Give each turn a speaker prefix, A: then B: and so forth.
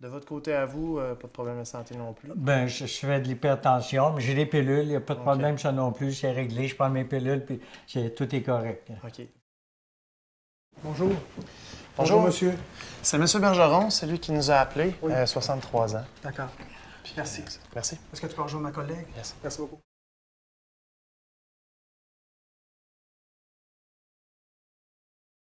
A: De votre côté à vous, euh, pas de problème de santé non plus.
B: Ben, je, je fais de l'hypertension, mais j'ai des pilules, il n'y a pas de problème, ça non plus. C'est réglé, je prends mes pilules, puis c'est- tout est correct.
A: OK.
C: Bonjour.
A: Bonjour.
C: monsieur.
A: C'est M. Bergeron, c'est lui qui nous a appelés,
C: Oui.
A: euh, 63 ans.
C: D'accord. Merci.
A: Merci.
C: Est-ce que tu peux rejoindre ma collègue?
A: Yes.
C: Merci beaucoup.